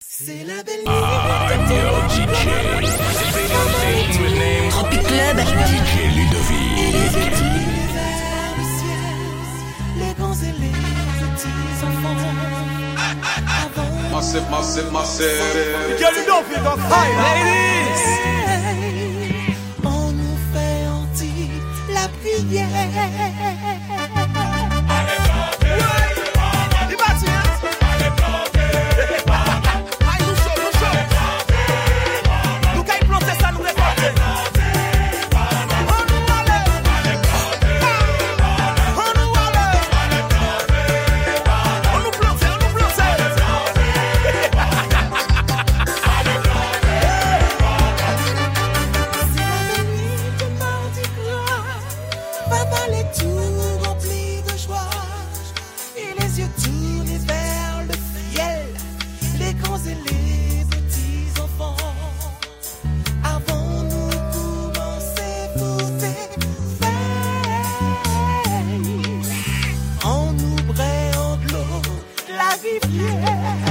C'est la belle Ah, Tropic Club, DJ Ludovic. l'univers, le ciel, les grands et les petits enfants. Massive, massive, massive. hein. On nous fait en dit la prière. C'est la belle nuit de Mardi Gras. Papa les tout rempli de joie. Et les yeux tournés vers le ciel. Les grands et les petits enfants. Avons-nous commencé pour tes veilles En ouvrant en l'eau la rivière.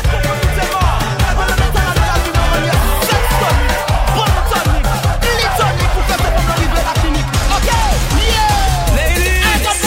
Litonic pou kase pou nan rive la klinik Ok! Uh-huh. Mm.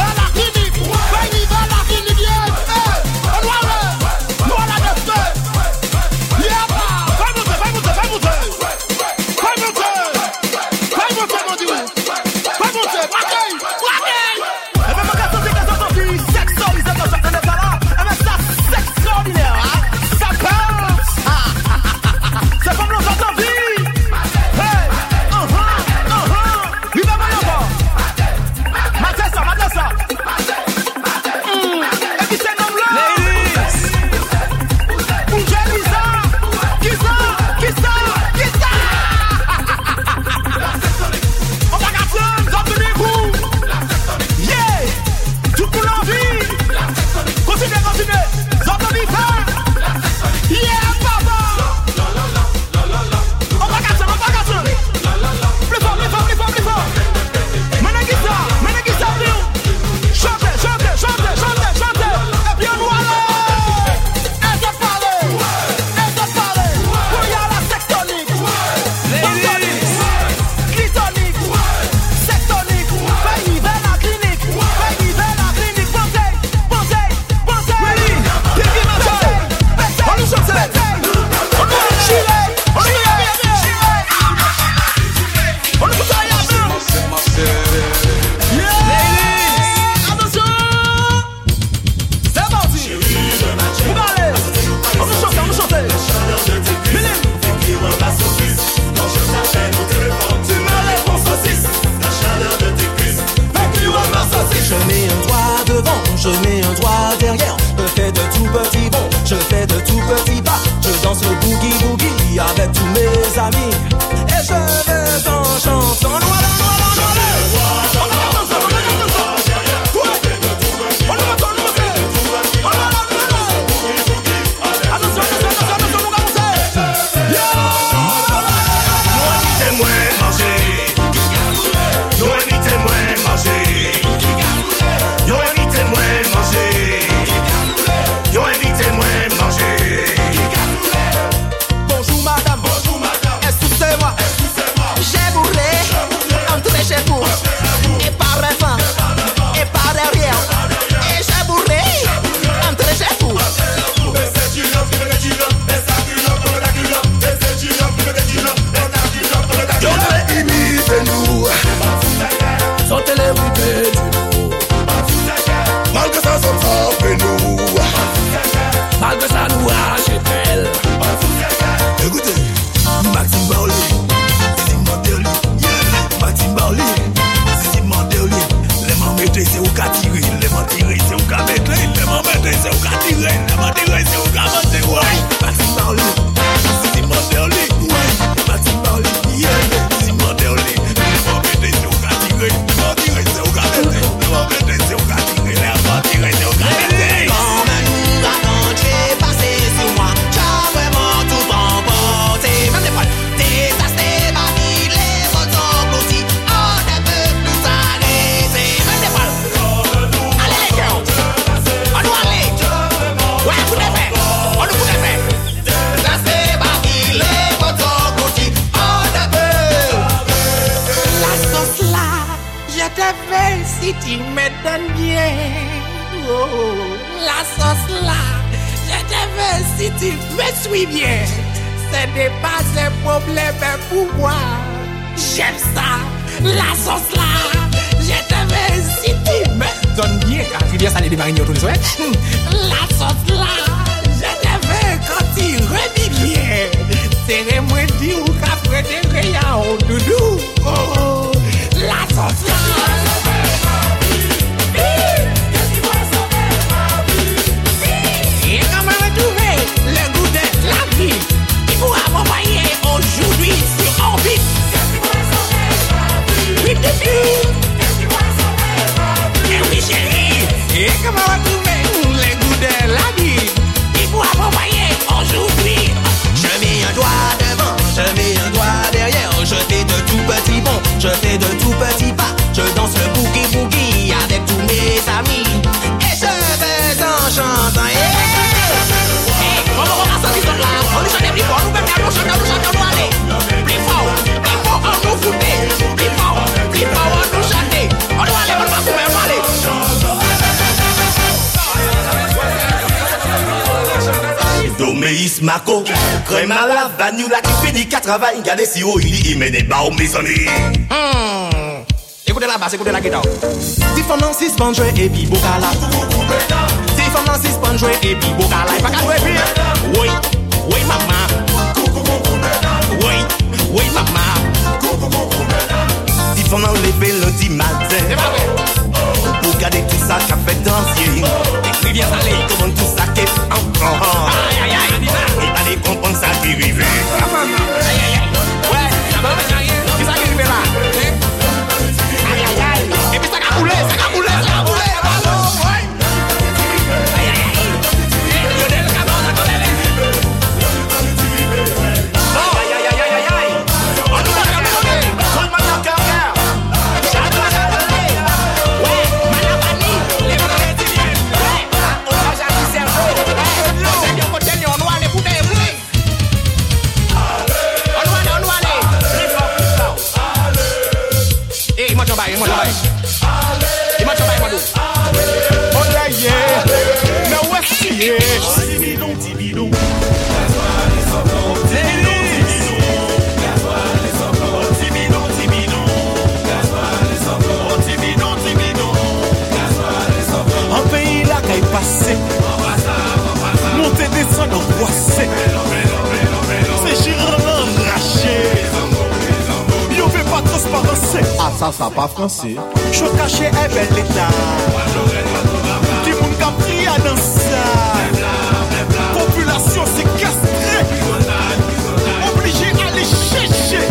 Oh Yo ve imite nou Sote le voute di nou Malke sa son sape nou Malke sa nou achetel Ekoute, Maxime Barley Sisi Mandeli Maxime Barley Sisi Mandeli Leman mette se ou ka tire Leman tire se ou ka mette Leman mette se ou ka tire Leman tire se ou ka mette ouais. Maxime Barley Sisi Mandeli ouais. Maxime Barley yeah. Sisi Mandeli Leman mette se ou ka tire Leman tire se ou ka mette Leman mette se ou ka tire Leman tire se ou ka mette Quand ma nuit ravante est passée sur moi, t'as vraiment tout emporté. Même les poils, tes as, tes babines, les autres engloutis, on ne peut plus s'arrêter. Même les poils. Allez, les girls. On nous allait. Ouais, vous devez. On nous vous devez. Tes as, tes babines, les autres engloutis, on ne peut. La sauce là, je te fais si tu me donnes bien. Oh, la sauce là, je te fais si tu me suis bien. Ce n'est pas un problème pour moi. J'aime ça, la sauce là, je te fais si tu me Donne bien, rivière salée des mariniers autour des souhaits. La sauce là, je te fais quand tu remis bien. C'est moi dit ou qu'après des rayons, oh, doudou. Oh, la sauce là. Et quand même retrouver le goût de la vie qui vous accompagne aujourd'hui sur Orbit. Oui, pipi. Eh oui, chérie. Et comment retrouver le goût de la vie qui vous accompagne aujourd'hui. Je mets un doigt devant, je mets un doigt derrière, je fais de tout petits bonds, je fais de tout petits pas, je danse le boogie boogie avec tous mes amis et je vais en chantant. Eh, on va voir ça, l'histoire là. On nous chante plus fort, nous même là, nous chantons, nous chantons, nous allez. Plus fort, plus fort, on nous foutait. Plus fort, plus fort, on nous chantait. On nous allait, on nous va couper, on allait. Doméis Mako, crème à la vanula qui fait des quatre travail, gardez si haut, il y met des barres mes amis. Hmm. Écoutez la basse, écoutez la guitare. Si femme dans six points jouer et puis bocala. Si femme dans six points jouer et puis bocala. Et pas qu'à jouer bien. Oui, oui maman. Oui, oui maman. Si femme dans lever lundi C'est matin pas vrai. pour garder tout ça qu'a fait danser. Rivière salée. Comment tout ça qu'est encore. Aïe, aïe, aïe, dis ça. Et allez comprendre ça qui arrive. Aïe, aïe, aïe. Ouais, ça va, mais rien. Qui ça qui arrive là? Hein? Aïe, aïe, aïe. Et puis ça a coulé, ça a coulé, ça a coulé. Bravo, ouais. Aïe, aïe, aïe. Eh, Lionel, comment on a collé, les- Bon. On nous va regarder. An peyi la kay pase Monte desan an kwase Se jiran an rache Yo ve pa transparense A sa sa pa franse Chou kache e bel eta Ki moun kap pri anan sa Populasyon se kastre Oblige ale cheche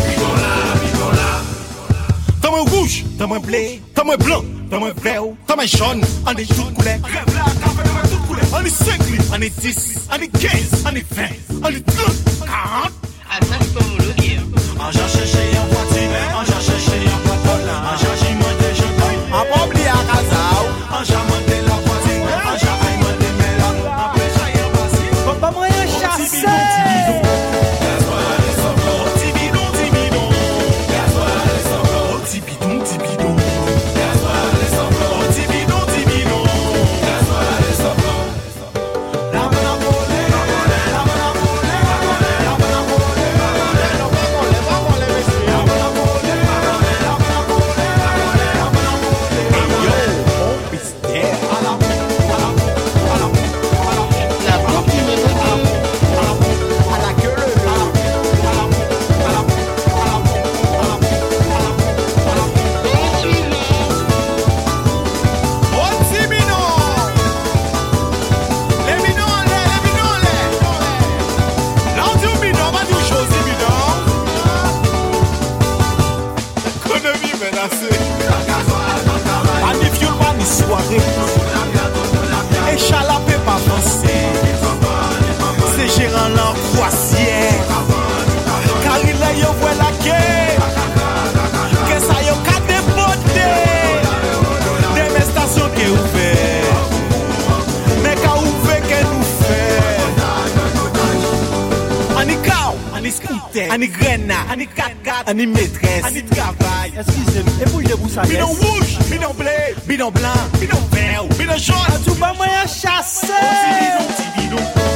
T'as moins rouge, t'as moins blé, t'as moins blanc, t'as moins vert, t'as moins jaune, on est toutes couleurs. On est 5, on est 10, on est 15, on est 20, on est 30, 40. pase Pa ni vyol, pa ni soare E chalape pa panse Se jiran lan kwasye Karile yo vwe la ke Ke sa yo ka depote Deme stasyon ke ouve Me ka ouve ke nou fe Ani kaw, ani skouter, ani grena, ani katkat, ani metres, ani travay Eskize m, e pou je bousa yes Bidon rouge, bidon blé, bidon blan, bidon vert, bidon jaune. Sou ba mwen yon chase Ti bidon, ti bidon.